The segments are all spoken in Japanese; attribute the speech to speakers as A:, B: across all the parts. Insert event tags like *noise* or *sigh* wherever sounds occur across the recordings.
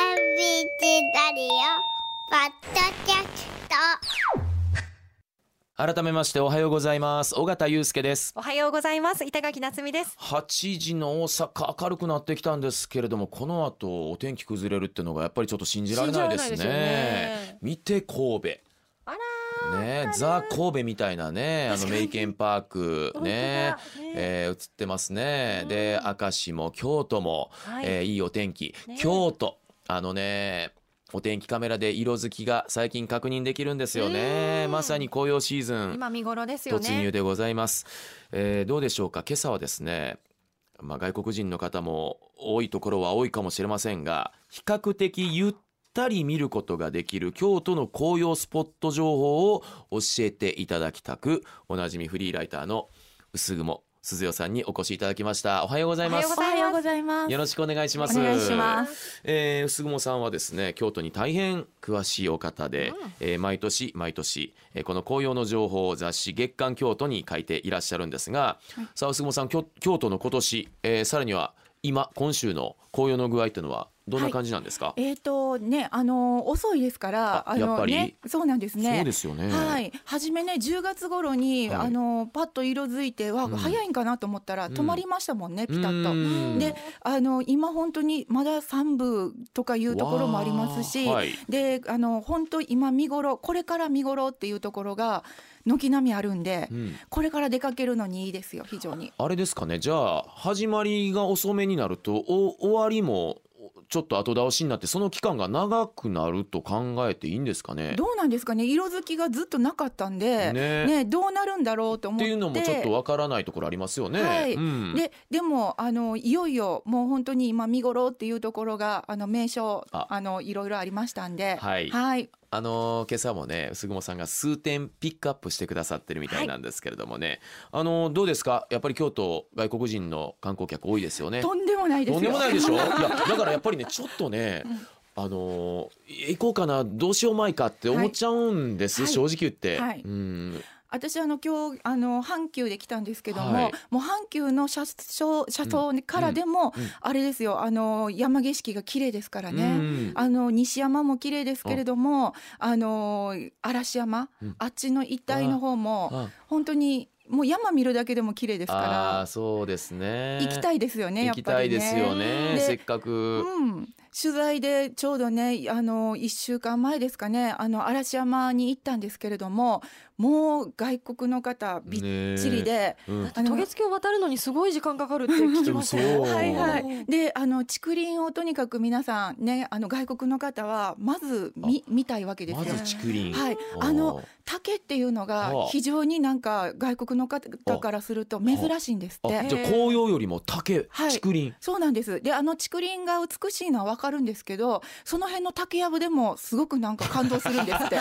A: チラリオポッドキャスト
B: 改めましておはようございます尾形祐介です
C: おはようございます。板垣夏美です。
B: 8時の大阪明るくなってきたんですけれどもこの後お天気崩れるってのがやっぱりちょっと信じられないですね
C: 信じられないですよね
B: 見て神戸
C: あら
B: ねザ神戸みたいなねあのメイケンパーク
C: 本当だ
B: ね
C: ね
B: えー映ってますねで明石も京都も、
C: はい
B: いえーいいお天気、
C: ね
B: 京都あのねお天気カメラで色づきが最近確認できるんですよね
C: うん
B: まさに紅葉シーズン
C: 今見頃ですよね。
B: 突入でございます、えーどうでしょうか今朝はですねまあ外国人の方も多いところは多いかもしれませんが比較的ゆったり見ることができる京都の紅葉スポット情報を教えていただきたくおなじみフリーライターの薄雲鈴代さんにお越しいただきましたおはようございます
C: おはようご
D: ざいま
B: よろしくお願いします、
D: お願いします
B: えー、薄雲さんはですね京都に大変詳しいお方で、えー毎年毎年、えーこの紅葉の情報を雑誌月刊京都に書いていらっしゃるんですが、さあ薄雲さん京京都の今年、えーさらには今今週の紅葉の具合っていうのはどんな感じなんですか、
D: えっ、とね、あの遅いですから、
B: あ
D: あの
B: やっぱり
D: ね、そうなんですね。
B: そうですよね、
D: はい、初めね、10月頃に、
B: はい
D: あのパッと色づいては、
B: うん
D: 早いんかなと思ったら、
B: うん
D: 止まりましたもんね、
B: う
D: ピタッと。
B: ん
D: で、あの今本当にまだ三部とかいうところもありますし。
B: わーはい
D: であの本当今見頃これから見頃っていうところが軒並みあるんで、
B: うん
D: これから出かけるのにいいですよ非常に
B: あれですかねじゃあ始まりが遅めになるとお終わりもちょっと後倒しになってその期間が長くなると考えていいんですかね
D: どうなんですかね色づきがずっとなかったんで、
B: ね
D: ね、どうなるんだろうと思
B: っ
D: ってて。
B: いうのもちょっとわからないところありますよね。
D: はい
B: うん、
D: ででもあのいよいよもう本当に今見頃っていうところがあの名所
B: あ
D: あのいろいろありましたんで、
B: はい
D: はい、
B: あのー今朝もね薄雲さんが数点ピックアップしてくださってるみたいなんですけれどもね、あのーどうですかやっぱり京都外国人の観光客多いですよね。
D: とんでもないです
B: と
D: よ。
B: んでもないでしょいやだからやっぱりねちょっとね、あのー行こうかなどうしようまいかって思っちゃうんです、
D: はい
B: 正直言って、
D: はい
B: うん
D: 私あの今日あの阪急で来たんですけども、
B: はい
D: もう阪急の車窓車窓からでも、
B: うんうん
D: あれですよあの山景色が綺麗ですからね。
B: うん
D: あの西山も綺麗ですけれども、あの嵐山、
B: うん
D: あっちの一帯の方も
B: あ
D: 本当にもう山見るだけでも綺麗です
B: あー
D: か
B: そうですね
D: ら、行きたいですよね、や
B: 行
D: っ
B: き
D: ぱ
B: たい
D: りね。
B: ですよね
D: で
B: せっかく、
D: うん、取材でちょうどねあの1週間前ですかねあの嵐山に行ったんですけれどももう外国の方びっちりで、
B: うん
C: だって渡月橋渡るのにすごい時間かかるって聞きました
B: で
C: よ。
B: もそう
D: はいは
C: うん
D: い、であの竹林をとにかく皆さんねあの外国の方はまず見見たいわけです
B: ま
D: よ。
B: ず竹林、
D: はい
B: お、ー
D: あの竹っていうの
B: はあ
D: が非常になんか外国の方からすると珍しいんですっ
B: あ
D: て。
B: じゃあ紅葉よりも竹、
D: はい
B: 竹
D: *laughs*
B: 林
D: そうなんです。で、あの竹林が美しいのはわかるんですけど、その辺の竹やぶでもすごくなんか感動するんで
B: *laughs*
D: すって。
B: あ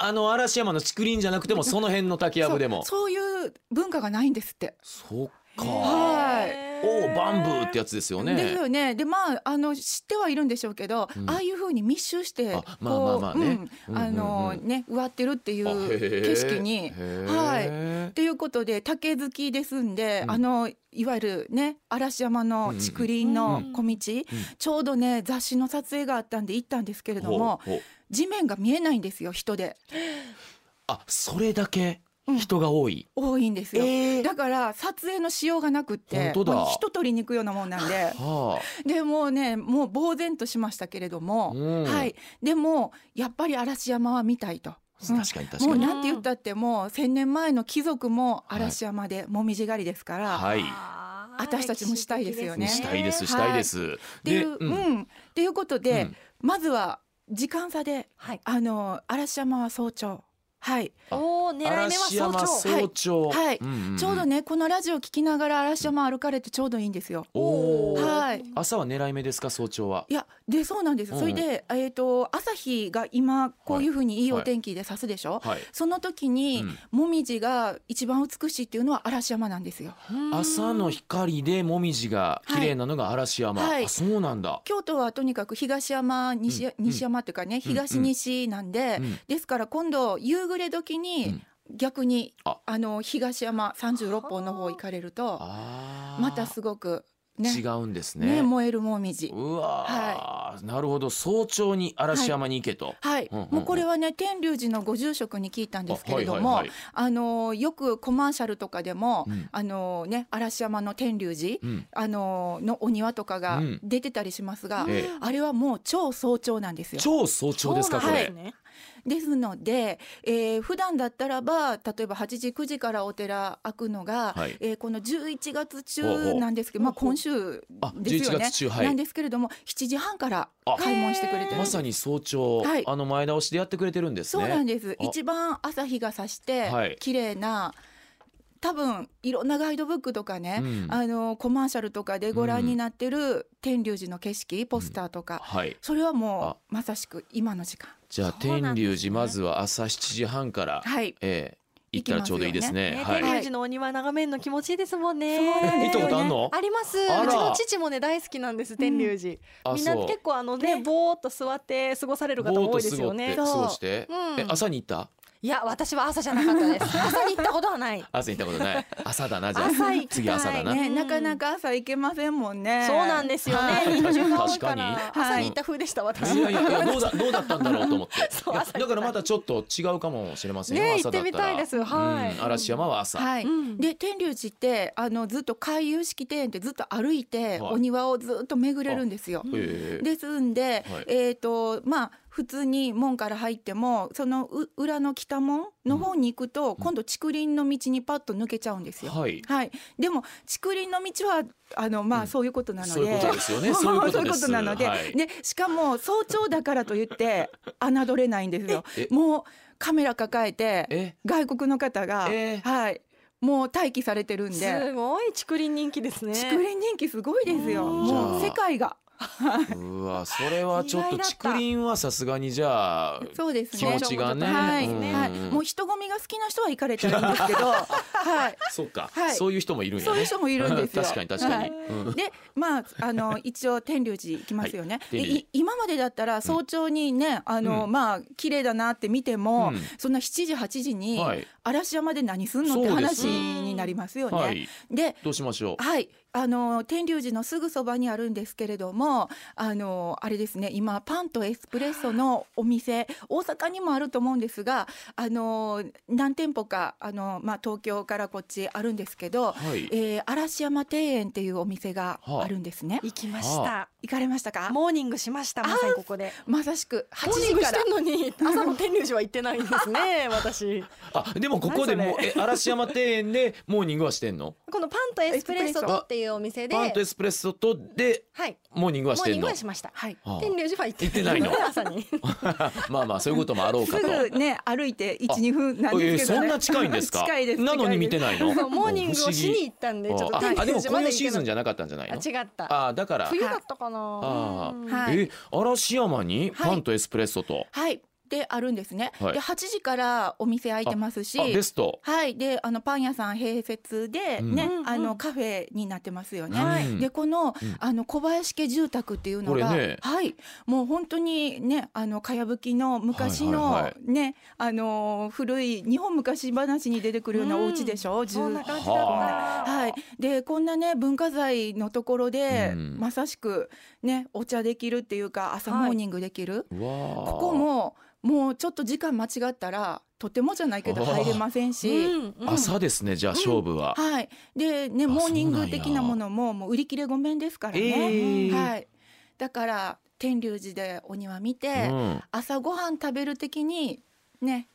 B: あの嵐山の竹林じゃなくてもその辺の竹やぶで
D: *laughs*
B: も
D: そうそういう文化がないんですって。
B: そっ
D: は
B: か
D: い
B: おーバンブーってやつですよね
D: ですよね。で、まあ、あの、知ってはいるんでしょうけど、
B: うん
D: ああいうふうに密集して、
B: あまあまあまあねうん
D: う
B: う
D: ん、
B: んうん
D: あの、ね、植わってるってい
B: あへー
D: う景色に、はい
B: へー
D: ということで竹好きですんで、
B: うん
D: あのいわゆるね嵐山の竹林の小道、ちょうどね雑誌の撮影があったんで行ったんですけれども
B: ほうほう
D: 地面が見えないんですよ人で
B: あそれだけ人が多い、
D: 多いんですよ、
B: えー
D: だから撮影のしようがなくって
B: 本当だ
D: もう人取りに行くようなもんなん
B: *laughs*
D: で
B: は
D: でもうねもう呆然としましたけれど
B: あ、
D: も、
B: うん
D: はいでもやっぱり嵐山は見たいと。
B: 確かに確か
D: もう
B: に
D: なんて言ったってもう1,000年前の貴族も嵐山でもみじ狩りですから、
B: はい
C: あー
D: 私たちもしたいですよね
B: したいですしたいです、
D: っていう、うん、っていうことで、
B: うん
D: まずは時間差で、
C: はい
D: あの嵐山は早朝。はい、
B: あ
C: おお狙い目は
B: 嵐山
C: 早朝。
B: 早朝、
D: はいはい
B: うんんん
D: ちょうどね、このラジオ聞きながら嵐山歩かれてちょうどいいんですよ。
B: おー
D: はい。
B: 朝は狙い目ですか早朝はい
D: や、で、そうなんです。
B: うん
D: それで、えっ、と、朝日が今、こういうふうにいいお天気で差すでしょ、
B: はい
D: その時に、
B: うん
D: もみじが一番美しいっていうのは嵐山なんですよ。
C: うん
B: 朝の光でもみじが綺麗なのが嵐山、
D: はい
B: あそうなんだ、
D: 京都はとにかく東山、西,、
B: うん
D: 西山っていうかね、東西なんで、
B: うん
D: ですから今度夕暮れ時
B: う
D: に
B: ん
D: 逆に、
B: あ
D: あの東山三十六本の方行かれると
B: あー
D: またすごくね
B: 違うんです
D: ね
B: ね。
D: 燃えるもみじ
B: うわー、なるほど早朝に嵐山に行けと。
D: はい、
B: うんうんうん
D: もうこれはね天龍寺のご住職に聞いたんですけれども、
B: あはいはいはい
D: あのよくコマーシャルとかでも、
B: うん
D: あのね嵐山の天龍寺、
B: うん
D: あののお庭とかが
B: うん
D: 出てたりしますが、
B: ええ
D: あれはもう超早朝なんですよ。
B: 超早朝ですかこ
D: そう
B: れ、
D: なん
C: ですね。
D: ですので、えー普段だったらば例えば8時9時からお寺開くのが、
B: はい
D: えーこの11月
B: ほうほ
D: 中
B: う
D: なんですけど、まあ、今週
B: あ
D: です
B: 11
D: よね
B: 月中はい
D: なんですけれども7時半から
B: あ
D: 開門してくれてる
B: ま
D: んです
B: さに早朝、
D: はい
B: あの前倒しでやってくれてるんですね。
D: そうなんです、
B: あ
D: 一番朝日が差して
B: はい
D: 綺麗な、多分いろんなガイドブックとかね、
B: うん
D: あのコマーシャルとかでご覧になってる天龍寺の景色ポスターとか、
B: はい。
D: それはもうまさしく今の時間
B: じゃあ
C: そう
B: 天
C: なんですね
B: 龍寺まずは朝7時半から、
D: はい
B: ええ行ったらちょうどいいですね。
C: ね、
B: は
C: 天
B: い。
C: 竜寺のお庭眺めるの気持ちいいですもんね。
D: そうなんですよね行ったこと
B: あんの
C: あります。うち
B: あら
C: の父もね大好きなんです天竜寺。
B: あ
C: みんな
B: そう
C: 結構あのねぼーっと座って過ごされる方
B: ぼーっ
C: 多
B: と
C: いで
B: 過
C: す
B: ご
C: よ
B: って
C: ね。
B: 過ごして、
C: うん
B: え朝に行った？
C: いや私は朝じゃなかった
B: *laughs*
C: です。朝に行ったことはない。
B: 朝に行ったこと
D: *laughs*
B: ない。朝だなじゃあ。
C: 朝行きたい
B: 次朝だな。
D: ね、
C: うん
D: なかなか朝行けませんもん
C: *laughs*
D: ね
C: そうなんですよね。
D: はい
C: 日中が多い
B: 確
C: から
B: か
D: に
C: 朝に行った風でした私。
B: いやいやいやどう
D: *laughs*
B: だどうだったんだろうと思って
C: そう
B: いや
C: 朝
B: だからまたちょっと違うかもしれませんよ、
C: ね
B: 朝
C: 行
B: だ
C: って
B: った
C: み
B: ら
C: たいです。はい。
B: うん、嵐山は朝、
D: はい、
C: うん
D: で天龍寺ってあのずっと回遊式庭園ってずっと歩いて、
B: はい
D: お庭をずっと巡れるんですよ。
B: ええ
D: ですんで、
B: はい
D: えっ、とまあ普通に門から入ってもそのう裏の北門の方に行くと、今度竹林の道にパッと抜けちゃうんですよ。
B: はい
D: はい、でも竹林の道はあのま
B: うん
D: あそういうことなの
B: そういう
D: で
B: こ。とですよ
D: *laughs*
B: ねそういう
D: も
B: こ
D: うそ
B: と
D: ういう
B: で
D: こ
B: す
D: となので、
B: はい
D: でしかも早朝だからと
B: *laughs*
D: いって侮れないんですよ
B: え。
D: もうカメラ抱えて
B: え
D: 外国の方が、
B: え
D: はい、もう待機されてるんで、
C: すごい竹林人気ですね。
D: 竹林人気すごいですよ。
C: うん
D: もう
B: じゃあ
D: 世界が
B: うわそれはちょっと
C: 意外だった
B: 竹林はさすがにじゃあ
D: そうですね。
B: 気持ちがね
D: はい、
B: うん
D: はい、もう人混みが好きな人は行かれたらいいんですけ
B: *laughs*
D: ど、はい、
B: そうか、
D: はい
B: そういう人もいるんやね
D: そういう人もいるんです
B: *laughs*
D: よ。
B: 確かに確かに、
D: はい
B: うん
D: で、まあ、あの、一応天龍寺行きますよね。
B: はい
D: でい
B: 天龍寺
D: 今までだったら、早朝にね、あの、
B: う
D: まあ、綺麗だなって見ても。
B: うん
D: そんな7時8時に、
B: はい
D: 嵐山で何すんのって
B: そうです
D: 話になりますよね。
B: はい
D: で、
B: どうしましょう
D: はい、あの天龍寺のすぐそばにあるんですけれども、あのあれですね、今パンとエスプレッソのお店、大阪にもあると思うんですが、あの何店舗かあのまあ東京からこっちあるんですけど、
B: はい
D: えー嵐山庭園っていうお店があるんですね。
C: 行きま
B: は
C: した。
D: 行かれましたか？
C: モーニングしましたまさにここで。
D: まさしく8
C: モーニ
D: 時
C: ング
D: か
C: し
D: ら
C: てんのに朝の天竜寺は行ってないんです *laughs* ね私。
B: あでもここでもう
C: 何
B: え嵐山庭園でモーニングはしてんの
C: このパンとエスプレッソっていうお店で、
B: パンとエスプレッソとで
C: はい、
B: モーニングは
C: モ
B: し
C: ー
B: て
C: ニ
B: ん
C: ング
B: の
C: はしました。
D: はい。
B: はあ
C: 天竜寺は行って
B: 行ってないの
C: 朝に。
B: *laughs* まあまあそういうこともあろうか
D: す
B: と。
D: ぐね歩いて
B: あ
D: 1、2分なんですけど、
B: えーそ
D: ね
B: んな近いんですか。
D: *laughs* 近いです。
B: なのに見て
D: ない。
B: ないの。
C: そうモーニングをしに行ったんでちょっと
B: あ
C: 天
B: あで
C: 竜
B: も
C: 寺
B: こ
C: ま
B: うい
C: で
B: うシーズン
C: じ
B: じゃなかったんじゃないの。
C: ゃ違った。
B: あだから。
C: 冬だったかな。
B: あ
C: うん
B: ー
D: はい
B: え嵐山に
D: はい
B: パンとエスプレッソと。
D: はい。であるんですね。
B: はい
D: で8時からお店開いてますし、
B: あベスト。
D: はい、であのパン屋さん併設で、ね
C: うん
D: あ
C: うんう
D: の
C: ん
D: カフェになってますよね。
B: はい
D: でこ
B: う
D: の,、
B: ん
D: あの小林家住宅っていうのが、
B: これね
D: はい、もう本当にねあのかやぶきの昔の、
B: はいはいは
D: ねあの古い日本昔話に出てくるようなお家でしょ、う
C: そんな感じだ
B: は
C: っ
D: はい、でこんなね文化財のところで、
B: うん
D: まさしくねお茶できるっていうか朝モーニングできる、
B: うわあ。
D: ここももうちょっと時間間違ったらとてもじゃないけど入れません
C: た。
D: し。
C: うん
B: 朝ですねじゃあ勝負は。
D: はい、でね
B: あ
D: モーニン
B: そうな
D: グ
B: んや
D: 的なものももう売り切れごめんですから
B: え
D: ね、
B: え
D: はい、だから天龍寺でお庭見
B: う
D: て、
B: ん。
D: 朝ごはん食べる的にね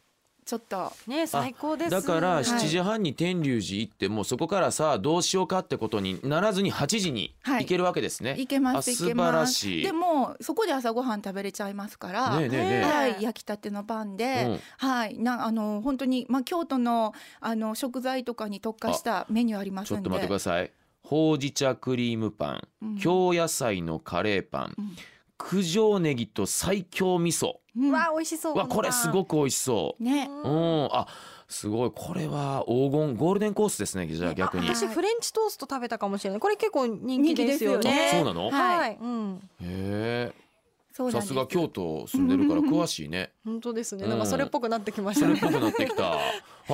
D: ちょっと
C: ね最高です。
B: だから
C: はい
B: 7時半に天龍寺行ってもうそこからさあどうしようかってことにならずに8時に
D: はい
B: 行けるわけですね。
D: いけます
B: あ
D: いけ
B: 素晴ら
D: ます
B: しい
D: でもそこで朝ごはん食べれちゃいますから、
B: ねえねえね
D: は
C: ね
D: い、焼きたてのパン
B: え。
D: で、
B: うん
D: はいなあの本当に、まあ、京都のあの食材とかに特化したメニューありま
B: ち
D: す
B: ょ
D: ん
B: っ
D: で
B: と待ってください。ほうじ茶クリームパン。
D: うん
B: 京野菜のカレーパン、
D: うん
B: 九条ネギと最強味噌
D: うん
C: わあ美味しそう。
B: わこれすごく
C: く。
B: 美味しそう
D: ね
B: うん、あすごいこれは黄金ゴールデンコースですねじゃあ逆に
C: あ
B: へ
C: 私フレンチトースト食べたかもしれない。これ結構人
D: 人
C: 気
D: 気
C: で
D: ですす
C: よ
D: よね
C: ね。
B: あそうなの
D: はい
C: はい。うん。
B: え
D: そうなん
B: さ
D: です
B: すが京都住んでるから詳しいね。
C: 本当ですね、
B: うん
C: なんかそれっぽくなってきまし
B: そ
C: た
B: れっ
C: ね
B: ぽくなって
D: *laughs*
B: きた。は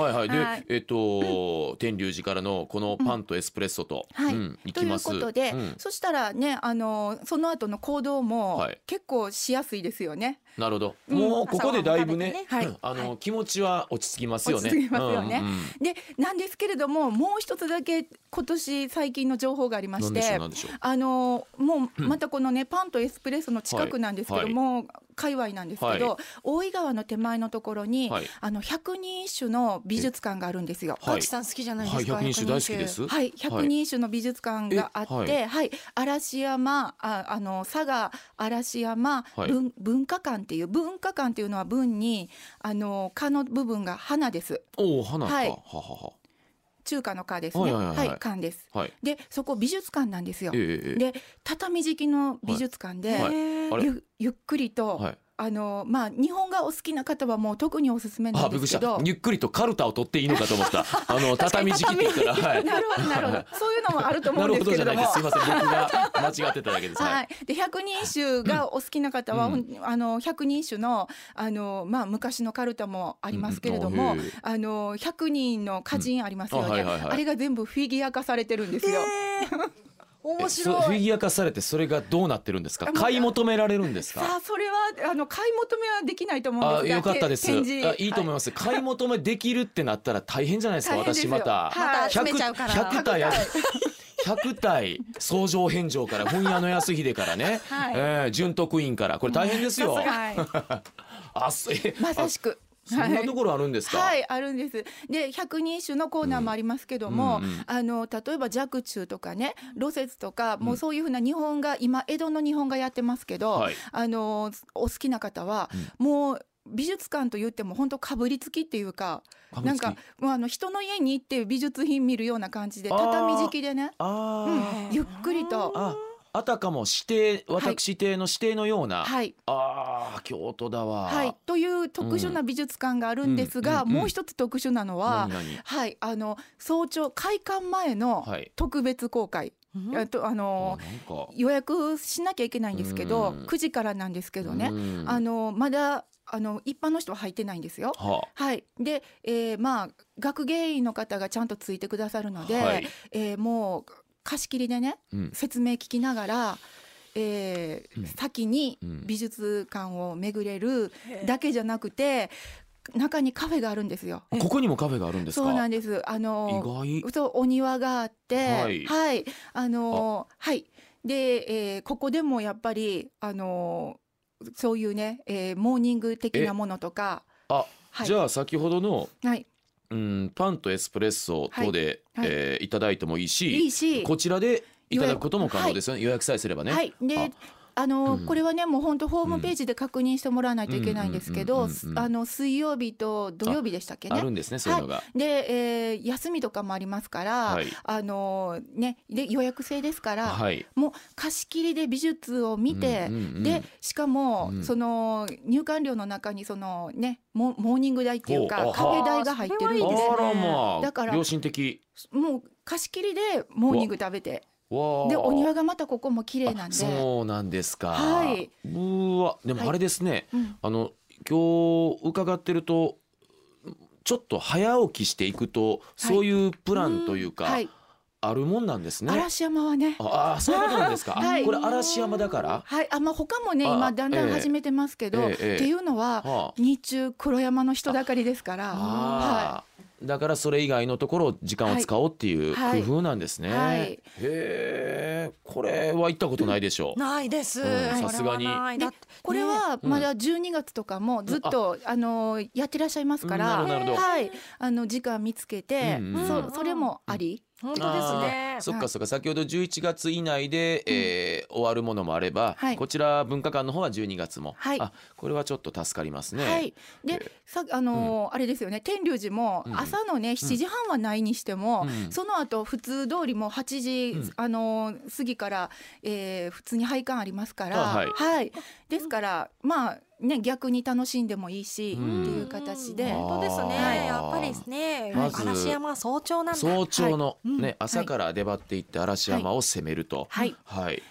B: いはい。で、
D: はい
B: えっと天龍寺からのこのパンとエスプレッソと、
D: うんはい
B: うん行
D: と
B: き
D: い
B: ま
D: う
B: す。
D: ことで、
B: うん
D: そしたらねあのその後の行動も
B: はい
D: 結構しやすいですよね。
B: なるほど。
D: うん
B: もうここでだいぶね、
D: 朝ごはん食べてねはい
B: うんあの、気持ちは落ち着きますよね。
D: 落ち着きますよね
B: うんうん
D: でなんですけれどももう一つだけ今年最近の情報がありま
B: な
D: し
B: んでしょう
D: て
B: なんでしょう。
D: あのもうまたこのねパンとエスプレッソの近くなんですけども、界隈なんですけど、
B: は
D: 大井川の手前のところに、
B: はい
D: あの百人一首の美術館があるんですよ。
B: はい
C: ガチさん好きじゃないで
B: はい、
C: すか、
B: 百人一首大好きで
C: 百
B: す。
D: はい、百人一首の美術館があって、は
B: はいいえ
D: 嵐山ああの佐賀嵐山、
B: はい
D: 文文化館っていう文化館っていうのは文にあの「か」の部分が花です
B: おお、花か。
D: はい
B: ははは。
D: 中華の「か」ですね
B: はいはいはいはい
D: 館です
B: はい。
D: でそこ美術館なんですよ
B: ええええ
D: で畳敷きの美術館で、
B: はい
C: へー
B: あれ
D: ゆゆっくりと、
B: はい。
D: あのまあ日本がお好きな方はもう特におすすめな
B: あ、
D: ん
B: びっ
D: で
B: くり
D: す
B: し
D: け
B: た
D: ど。。
B: ゆっくりとカルタを取っていいのかと思った。あの、畳敷きって言ったら、はい。
D: なるほどなるほどそういうのもあると思
B: な
D: うん
B: る
D: で
B: ほ
D: す
B: ど
D: け
B: じゃ
D: れ
B: な
D: ど
B: い
D: も
B: です。すいません、僕が間違ってただけです。
D: は
B: はい。
D: い、で百人一首がお好きな方は、
B: うん
D: ほんあの百人一首のあのまあ昔のカルタもありますけれども、
B: うんうんあへえ
D: あの百人の歌人ありますよね、
B: うんあはいはいはい
D: あれが全部フィギュア化されてるんですよ。
C: えー面
B: えそう
C: 白
B: フィ
C: い
B: ギュア化されて、それがどうなってるんですか。買い求められるんです
D: さ
B: か。
D: あそれはあの買い求めはできないと思うんで
B: あ、
D: すが、
B: よかったです。あ
D: て展示
B: いいと思い
D: は
B: ます。買い求めできるってなったら、大変じゃないですか。
D: 大変です
B: 私
D: よ
B: また。
D: はい
C: また集めちゃうから
B: 100体ある100体相乗返上から本屋の安秀からね、
D: はい
B: えー準徳院からこれ大変ですよ。
D: はい
B: あそえ
D: まさしく。
B: あそんなところあるんですか。
D: はい、はいあるんです。で、百人一首のコーナーもありますけども、
B: うんうんうん
D: あの例えば若冲とかね、露雪とか、もうんうそういうふうな日本が今江戸の日本がやってますけど、
B: はい
D: あのお好きな方は、もう美術館と言っても本当かぶりつきっていうか、
B: かぶ
D: な
B: り
D: ん
B: つき
D: かもうあの人の家に行って美術品見るような感じで
B: あー
D: 畳敷きでね、
B: あ
D: うん
B: ー、
D: ゆっくりと、
B: ああたかも指定私指定の指定のような、
D: はい。
B: あー京都だわ。
D: はい、という特殊な美術館があるんです
B: うんうん
D: が、
B: うん
D: もう一つ特殊なのは
B: 何、何
D: はい、あの早朝開館前の
B: はい
D: 特別公開、
C: うん
D: あとあ
B: あ
D: の
B: なんか
D: 予約しなきゃいけないんですけど、
B: うん
D: 9時からなんですけどね、
B: うん
D: あのまだあの一般の人は入ってないんですよ。
B: は
D: はい、で、えーまあ学芸員の方がちゃんとついてくださるので、
B: はい
D: えーもう貸し切りでね
B: うん
D: 説明聞きながら、えー
B: うん
D: 先に
B: うん
D: 美術館を巡れるだけじゃなくて中にカフェがあるんですよ。
B: あここにもカフェがあるんです
D: そ
B: か。
D: うなんです。あ
B: 意
D: の
B: 外。
D: そうお庭があって、
B: は
D: はいい、あのはいで、えーここでもやっぱりあのそういうね、えーモーニング的なものとか、
B: あ、
D: はい、
B: じゃあ先ほどの
D: はい、
B: うんパンとエスプレッソ等で、
D: はいはい
B: えーいただいてもいいし、
D: いいし、
B: こちらでいただくことも可能ですよね。予約さえすればね。
D: はい、
B: あ
D: で。あの
B: うん
D: これはねもう本当ホームページで確認してもらわないといけないんですけ
B: う
D: ど
B: んうんうんうんうん
D: あの水曜日と土曜日でしたっけ
B: あ
D: ね
B: るんですね、そういうのが。
D: で、えー休みとかもありますから、
B: はい
D: あのねで予約制ですから、
B: はい。
D: もう貸し切りで美術を見て、
B: うんうんうん
D: でしかも、
B: うん
D: その入館料の中にそのねモモーニング代っていう
B: お
D: か
B: あ
D: カフェ代が入ってるんで
C: いいですね
B: あらまあ、
D: だから
B: 良心的。
D: もう貸し切りでモーニング食べて
B: わあ。
D: でお庭がまたここも綺麗なん
B: あ
D: で
B: そうなんですか。
D: はいう
B: ーわ、でもあれですね。
D: うん
B: あの今日伺ってると。ちょっと早起きしていくと、そういうプランというか、
D: はい、
B: あるもんなんですね。
D: 嵐山はね
B: ああそういうことなんですか。
D: *laughs* は
B: あ
D: い
B: これ嵐山だから。
D: はいあまあ他もね
B: あ
D: 今だんだん
B: ええ
D: 始めてますけど、
B: ええええ
D: っていうのは、
B: はあ
D: 日中黒山の人だかりですからは
B: あーだからそれ以外のところ時間を使おうっていう
D: はい
B: 工夫なんですね。
D: はい
B: へえこれは行ったことないでしょう。
C: ないです、
B: うんさすがに
C: これはない
D: いで
C: だって
D: これはまだ12月とかもずっと、あのやってらっしゃいますから、
B: うんなるほどなるほど
D: はい、あの時間見つけて、
B: うんうん
D: そそれもあり、
C: 本当です
B: あ
C: ね
B: ーそっかそっか先ほど11月以内で、えー終わるものもあれば、
D: はい
B: こちら文化館の方は12月も、
D: はい
B: あこれはちょっと助かりますね。
D: はい、
B: え
D: でさあのあれですよね天龍寺も
B: うん
D: 朝のね7時半はないにしても、
B: うん
D: その後普通通りもう8時、
B: うん
D: あの過ぎから、えー普通に拝観ありますから、
B: あはい
D: ですからまあね逆に楽しんでもいいし、
B: うん
D: っていう形で。
B: あ
C: 本当ですね、
B: はい
C: やっぱりですね、
B: まず
C: 嵐山は早朝なんだ
B: 早朝の、
D: はいうん
B: ね朝から出張っていって嵐山を攻めると。
D: はい
B: はい。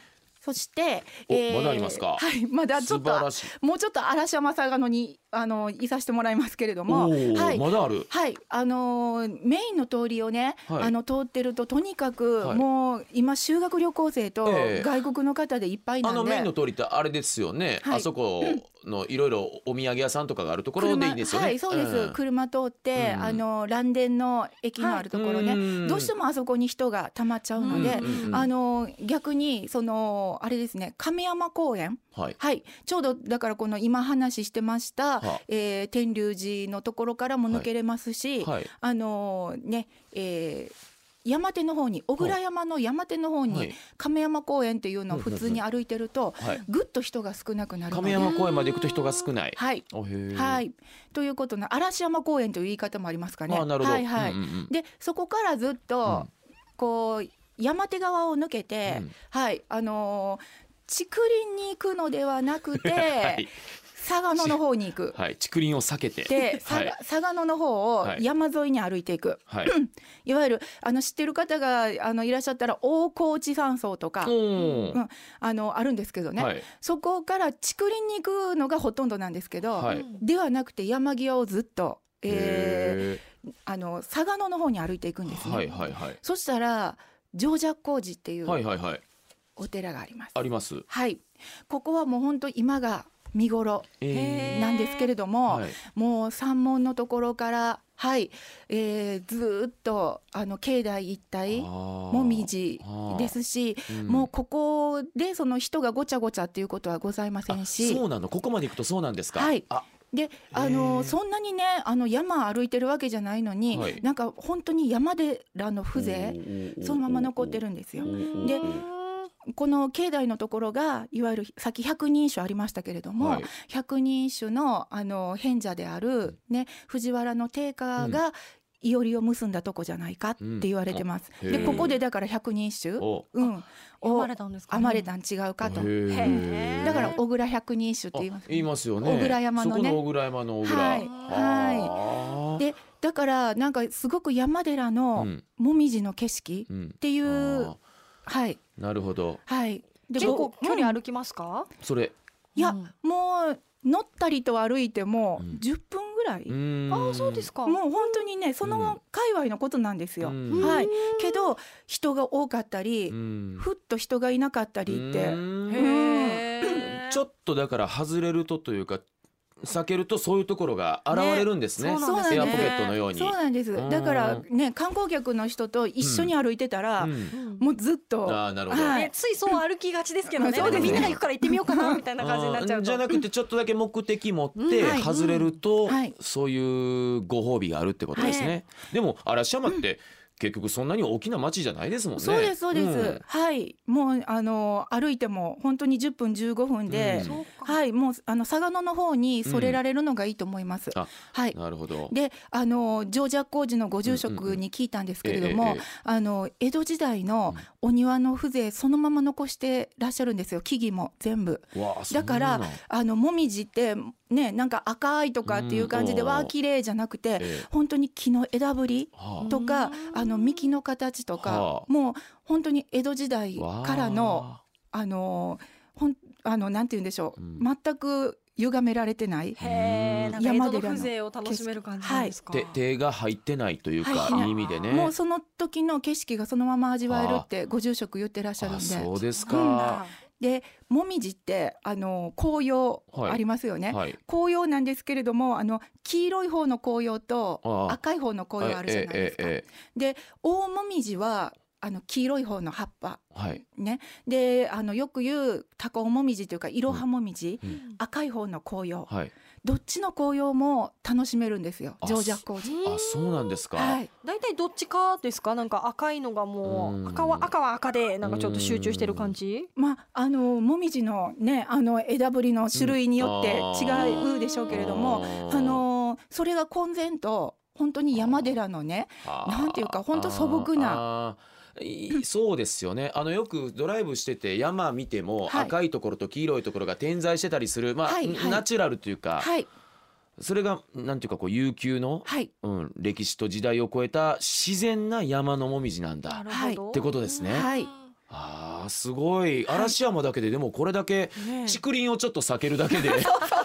D: そして、
B: おまだありますか
D: はい、まだち
B: 素
D: ょっと
B: 晴らしい
D: もうちょっと嵐山さんのにあのいさせてもらいますけれども、
B: おー
D: はい、
B: まだある
D: はい、あのーメインの通りをね、
B: はい
D: あの通ってるととにかく、
B: はい
D: もう今修学旅行生と
B: ええ
D: 外国の方でいっぱいな
B: あの
D: ん
B: メイン
D: で
B: の。通りってあれですよね、
D: はい
B: あそこのいろいろお土産屋さんとかがあるところでいいんですよね
D: はい、そうです。
B: ん
D: 車通って、
B: うん
D: あのランデンの駅のあるところね、
B: うん
D: どうしてもあそこに人が溜まっちゃうので、
B: うんうんうん
D: あの逆にそのあれですね、亀山公園、
B: はい
D: はい、ちょうどだからこの今話してました、
B: は
D: えー天龍寺のところからも抜けれますし、
B: はい
D: あのね、えー山手の方に小倉山の山手の方
B: は
D: に
B: い
D: 亀山公園っていうのを普通に歩いてると
B: はい
D: ぐっと人が少なくなるの
B: 亀
D: で。
B: 山公園まで行くと人が少ない、
D: はい
B: おへー
D: はい、ということの嵐山公園という言い方もありますかね。
B: あなるほど
D: はいはい
B: うんうんうん
D: でそこからずっと、こう山手側を抜けて、
B: うん
D: はいあのー竹林に行くのではなく
B: *laughs* *laughs*
D: て、
B: はい
D: 嵯峨野の方に行く。
B: はい竹林を避けて
D: で、
B: は
D: 嵯峨
B: い
D: 嵯峨野の方を
B: はい
D: 山沿いに歩いていく。
B: はい
D: いわゆるあの知ってる方があのいらっしゃったら大河内山荘とか、
B: うん
D: うんあのあるんですけどね、
B: はい
D: そこから竹林に行くのがほとんどなんですけど、
B: はい
D: ではなくて山際をずっと、え
B: へ
D: ーあの嵯峨野の方に歩いていくんです
B: ー
D: ね。
B: はいはいはい
D: そしたら常寂光寺ってい
B: はいうはいはい
D: お寺があります。
B: あります
D: はい、ここはもう本当今が見頃
B: え
D: なんですけれども、
B: はい
D: もう山門のところから、はいえー、ずーっとあの境内一帯も
B: も
D: みじですし、もうここでその人がごちゃごちゃっていうことはございませんし
B: そうなのここまで行くとそうなんですか
D: はい
B: あ
D: であの
B: へー
D: そんなにねあの山歩いてるわけじゃないのに、
B: はい
D: なんか本当に山寺の風情
B: 情
D: そのまま残ってるんですよ。でこの境内のところがいわゆるさっき百人一首ありましたけれども、
B: はい
D: 百人一首のあの賢者である、ね、藤原の定家が、いおりを結んだとこじゃないかって言われてます。
B: うんあ
D: で
B: へー
D: ここでだから百人一首、
B: お
D: うん、
C: 生
D: を
C: まれたんですか、
D: 編まれたん違うかと。
B: へー
D: だから小倉百人一首って
B: あ
D: 言います、
B: 言いますよね
D: 小倉山のね
B: そこの小倉山の小倉
D: はい
B: は
D: でだからなんかすごく山寺
B: う
D: の
B: ん
D: もみじの景色
B: う
D: っ
B: ん
D: ていう、
B: あ
D: はい
B: ーなるほど
D: はいで
C: 結構
D: ぼ
C: 距離歩きますか、
B: それ
D: いや、
C: うん
D: もう乗ったりと歩いても
B: うん
D: 10分ぐらい、
B: あ
C: ああそうですか
D: もう本当にねその界隈のことなんですよ、
B: うん
D: はいけど人が多かったり、
B: うん
D: ふっと人がいなかったりって、
B: うん
C: へ
B: ちょ
C: っ
B: っとだから外れるとというか避けるとそういうところが現れるんですね
C: ねそう
D: なんです
B: エ
D: ね
B: アポケットのように
D: そうなんです
B: うん
D: だからね観光客の人と一緒に歩いてたら、
B: うん
C: も
D: もうずっと
B: あーなるほど
D: はい
C: ね、ついそう歩きがちですけどね
D: そうです
B: ね
C: みんなが行くから行ってみようかなみたいな感じになっちゃ
B: あー
C: う
B: じ
C: と
B: ゃなくてちょっとだけ目的持っ
C: うん
B: て
D: はい
B: 外れると、
D: はい
B: そういうご褒美があるってことですね、
C: は
B: でも嵐山って結局そんなに大きな町じゃないですもんね
D: そうですそうです、
B: ん
D: はいもうあの歩いても本当に10分15分で
B: う、ん
C: そうか
D: はいもうあの嵯峨野の方にそれられるのがいいと思います、
B: あ
D: はい
B: なるほど
D: であの常寂光寺のご住職に聞いたんですけれども、
B: ええええ
D: あの江戸時代のお庭の風情そのまま残してらっしゃるんですよ木々も全部。
B: ええわあそんな
D: だからあのもみじってねなんか赤いとかっていう感じで、
B: うん
D: わあ綺麗じゃなくて、
B: ええ
D: 本当に木の枝ぶり
B: は
D: と
C: う
D: か
C: ん
D: あの幹の形とか、
B: はあ
D: もう本当に江戸時代
B: あわあ
D: からのあのほんあのなんて言うんでしょう、
B: うん
D: 全く歪められてない
C: へえなんか江
D: 山
C: 戸の
D: 寺の
C: 風情を楽しめる感じなんですか、
B: 手手が入ってないというか、
D: 入ってない
B: い、い意味でね
D: もうその時の景色がそのまま味わえるってご住職言ってらっしゃるん
B: あ
D: で
B: そうです
C: そうなん
B: か
C: だ、
D: でもみじってあの紅葉
B: はい
D: ありますよね、
B: はい
D: 紅葉なんですけれどもあの黄色い方の紅葉と
B: ああ
D: 赤い方の紅葉あるじゃないですか、
B: えええええ
D: で大もみじはあの黄色い方の葉っぱ
B: えはい
D: ねであのよく言うタコもみじというかいろはもみじ、
B: うん
D: 赤い方の紅葉
B: はい
D: どっちの紅葉も楽しめるんですよ
B: あ
D: 常寂光寺
B: あそうなんですか、
D: はい
C: 大体どっちかですかなんか赤いのがも
B: うん
C: う赤は赤は赤でなんかちょっと集中してる感じ
D: まあ、あのもみじのねあの枝ぶりの種類によって
B: うんあ
D: 違
C: ー
D: うでしょうけれど
B: あ
D: も、
B: ー
D: あのそれが混然と本当に山寺のねなんていうかほんと素朴
B: な。いそうですよねあのよくドライブしてて山見ても
D: はい
B: 赤いところと黄色いところが点在してたりする、まあ、
D: はいはい
B: ナチュラルというか、
D: はい
B: それがなんていうかこう悠久の、
D: はい
B: うん、歴史と時代を超えた自然な山のもみじなんだ
C: な
B: っ
C: るほど
B: てことですね。
D: はい
B: あーすごい嵐山だけででもこれだけ
C: ねえ
B: 竹林をちょっと避けるだけで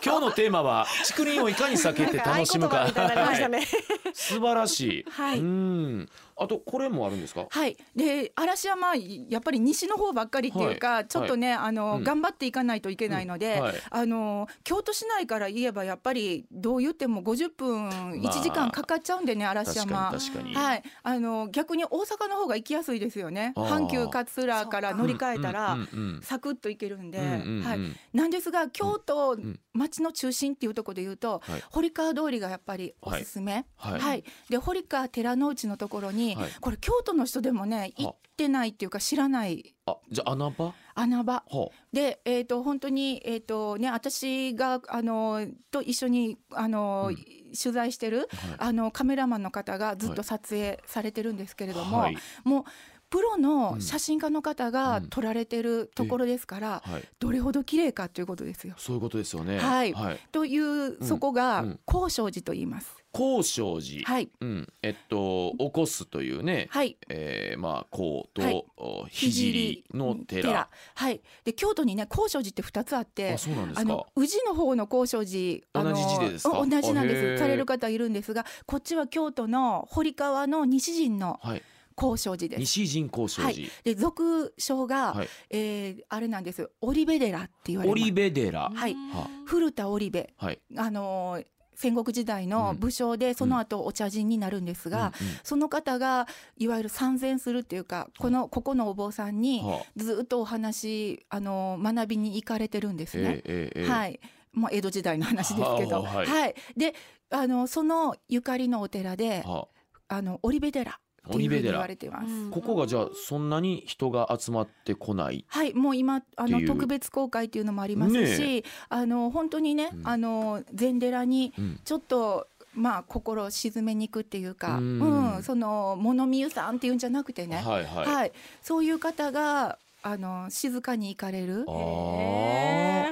B: 今日のテーマは竹林をいかに避けて楽しむか
C: なん合言葉みたいになりましたね。
B: はい素晴らしい、
D: はい
B: うんあとこれもあるんですか
D: はい、で嵐山やっぱり西の方ばっかりっていうか、
B: はい
D: ちょっとね、あの
B: うん
D: 頑張っていかないといけないので、
B: うんはい
D: あの京都市内から言えばやっぱりどう言っても50分
B: まあ
D: 1時間かかっちゃうんでね、嵐
B: 確
D: 山
B: かに。確かに、
D: はい、あの逆に大阪の方が行きやすいですよね。
B: あー
D: 阪急桂から乗り換えたら、
B: うんうんうん
D: サクッと行けるんで、
B: うんうんうん
D: はい。なんですが京都、
B: ん
D: 町の中心っていうところで言うと、
B: はい
D: 堀川通りがやっぱりおすすめ、
B: はい
D: はい
B: はい
D: で堀川寺の内のところに、
B: はい
D: これ京都の人でもね
B: は
D: 行ってないっていうか知らない
B: あじゃあ穴場は
D: 穴場
B: あ
D: で、えー、と本当に、えーとね、私があのと一緒にあの、
B: うん
D: 取材してるあのカメラマンの方がずっと撮影されてるんですけれども、
B: はい
D: もうプロ
B: う
D: の
B: ん
D: 写真家の方が撮られてるところですから、
B: はい、
D: どれほど綺麗かということですよ。
B: そういうことですよね
D: はい
B: はい、
D: というそこが
B: うん
D: 高尚寺と言います。
B: 高尚寺、
D: はい
B: うん、えっと起こすというね、
D: はい。
B: えー、まあこうと、
D: はい
B: お聖の寺
D: はい。で京都にね高尚寺って二つあって
B: あ。そうなんです
D: あ
B: か
D: の宇治の方の高尚寺あの
B: 同じ字でですか
D: うん同じなん
B: あへー
D: ですされる方いるんですがこっちは京都の堀川の西陣の
B: はい
D: 高尚寺です。
B: 西陣高尚寺、
D: はいで俗称が、
B: はい
D: えーあれなんです織部寺って言われ
B: オ
D: ます
B: リベ寺
D: はい
B: は
D: 古田織部
B: はい
D: あのー戦国時代の武将で、その後お茶人になるんですが、その方がいわゆる参禅するっていうかこのここのお坊さんに
B: はあ
D: ずっとお話あの学びに行かれてるんですね。
B: ええええ
D: はいまあ、江戸時代の話ですけど、
B: はあはい
D: であのそのゆかりのお寺で
B: は
D: あの織部寺
B: あ
D: って
B: オ
D: い
B: リ
D: うふう
B: ベ
D: に言わ
B: 寺
D: れてます。
C: うん
B: ここがじゃあそんなに人が集まってこない
D: はい、もう今あ
B: っ
D: の
B: ていう
D: 特別公開っていうのもありますし、
B: ね
D: あの本当にね、
B: うん
D: あの禅寺に
B: うん
D: ちょっとまあ心を沈めに行くっていうか、
B: う
D: うんん、その物見湯さんっていうんじゃなくてね、
B: はいは、
D: はいい、そういう方があの静かに行かれる
B: あ。
C: へ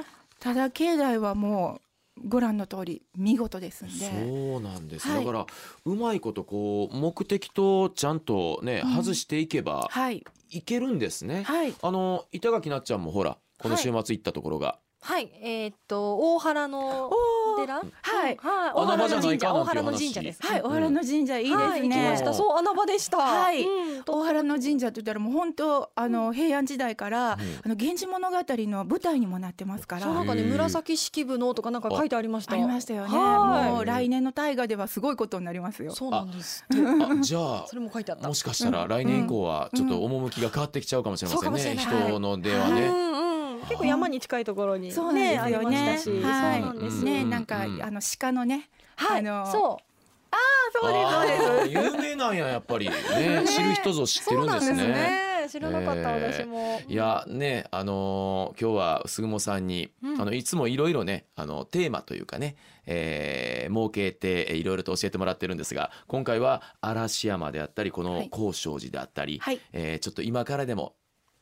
B: ー
C: ー
D: ただ境内はもうご覧の通り見事ですんで、
B: そうなんです、
D: はい
B: だからうまいことこう目的とちゃんとね、
D: うん
B: 外していけば
D: はい、
B: いけるんですね、
D: はい、
B: あの板垣なっちゃんもほらこの週末行ったところが、
E: はい、えーっと大原の寺、
D: はい
E: うんはい、大
B: 穴場
E: 原
B: じゃ
E: の
B: な
E: 神
B: いか
E: 社、
B: な
E: 大原の
B: んていう話
E: 神社です。
D: はい、お原の神社いいですね。
E: はい、行きました。そう穴場でした。
D: はい
E: うんと
D: 大原の神社といったらもう本当あの平安時代から、
B: ん
D: あの源氏物語の舞台にもなってますから。
E: そうなんかね
B: へー
E: 紫式部のとかなんか書いてありました。
D: ありましたよね。
E: はい
D: もう来年の大河ではすごいことになりますよ。
E: そうなんですって。
B: あじゃあ
E: それも書いてあった。
B: もしかしたら来年以降はちょっと趣が変わってきちゃうかもしれませ
E: うんうんそう
B: んね、
E: かもしれない
B: 人の出はね、
E: うんうん、結構山に近いところに、ね、
D: そうなんですよね
E: ありましたし、
D: はい
E: そうなんです、
B: う
D: ね、
B: ん
D: なんか、
B: うん
D: あの鹿のね、
E: はい、
D: あの
E: そう
D: そうですそうです。
B: あー有名なんややっぱりね知る人ぞ知って
E: そ
B: る
E: うんな
B: で
E: んですす
B: ね。
E: ね。知らなかった、
B: えー
E: 私も。
B: いやねあのー今日はすぐもさんに、
E: うん
B: あのいつもいろいろねあのテーマというかね、えー、設けていろいろと教えてもらってるんですが今回は嵐山であったりこ
D: は
B: の
D: い
B: 高尚寺であったり、
D: はい
B: えーちょっと今からでも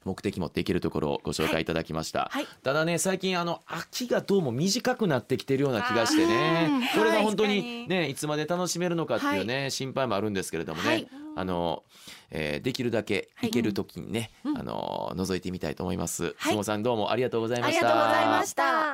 B: 目的持っていけるところをご紹介いただきました、
D: はい
B: ただね最近あの秋がどうも短くなってきてるような気がして
D: あーう
B: ね
D: ん
B: これが本当
E: はい
B: に
E: 確
B: ねいつまで楽しめるのかっていうね、心配もあるんですけれどもね、
D: はい
B: あの、えーできるだけ
D: はい
B: 行ける時にね、あの覗いてみたいと思います、相撲さんどうもありがとうございま
D: あ
B: し
D: り
B: た
D: がとうございました。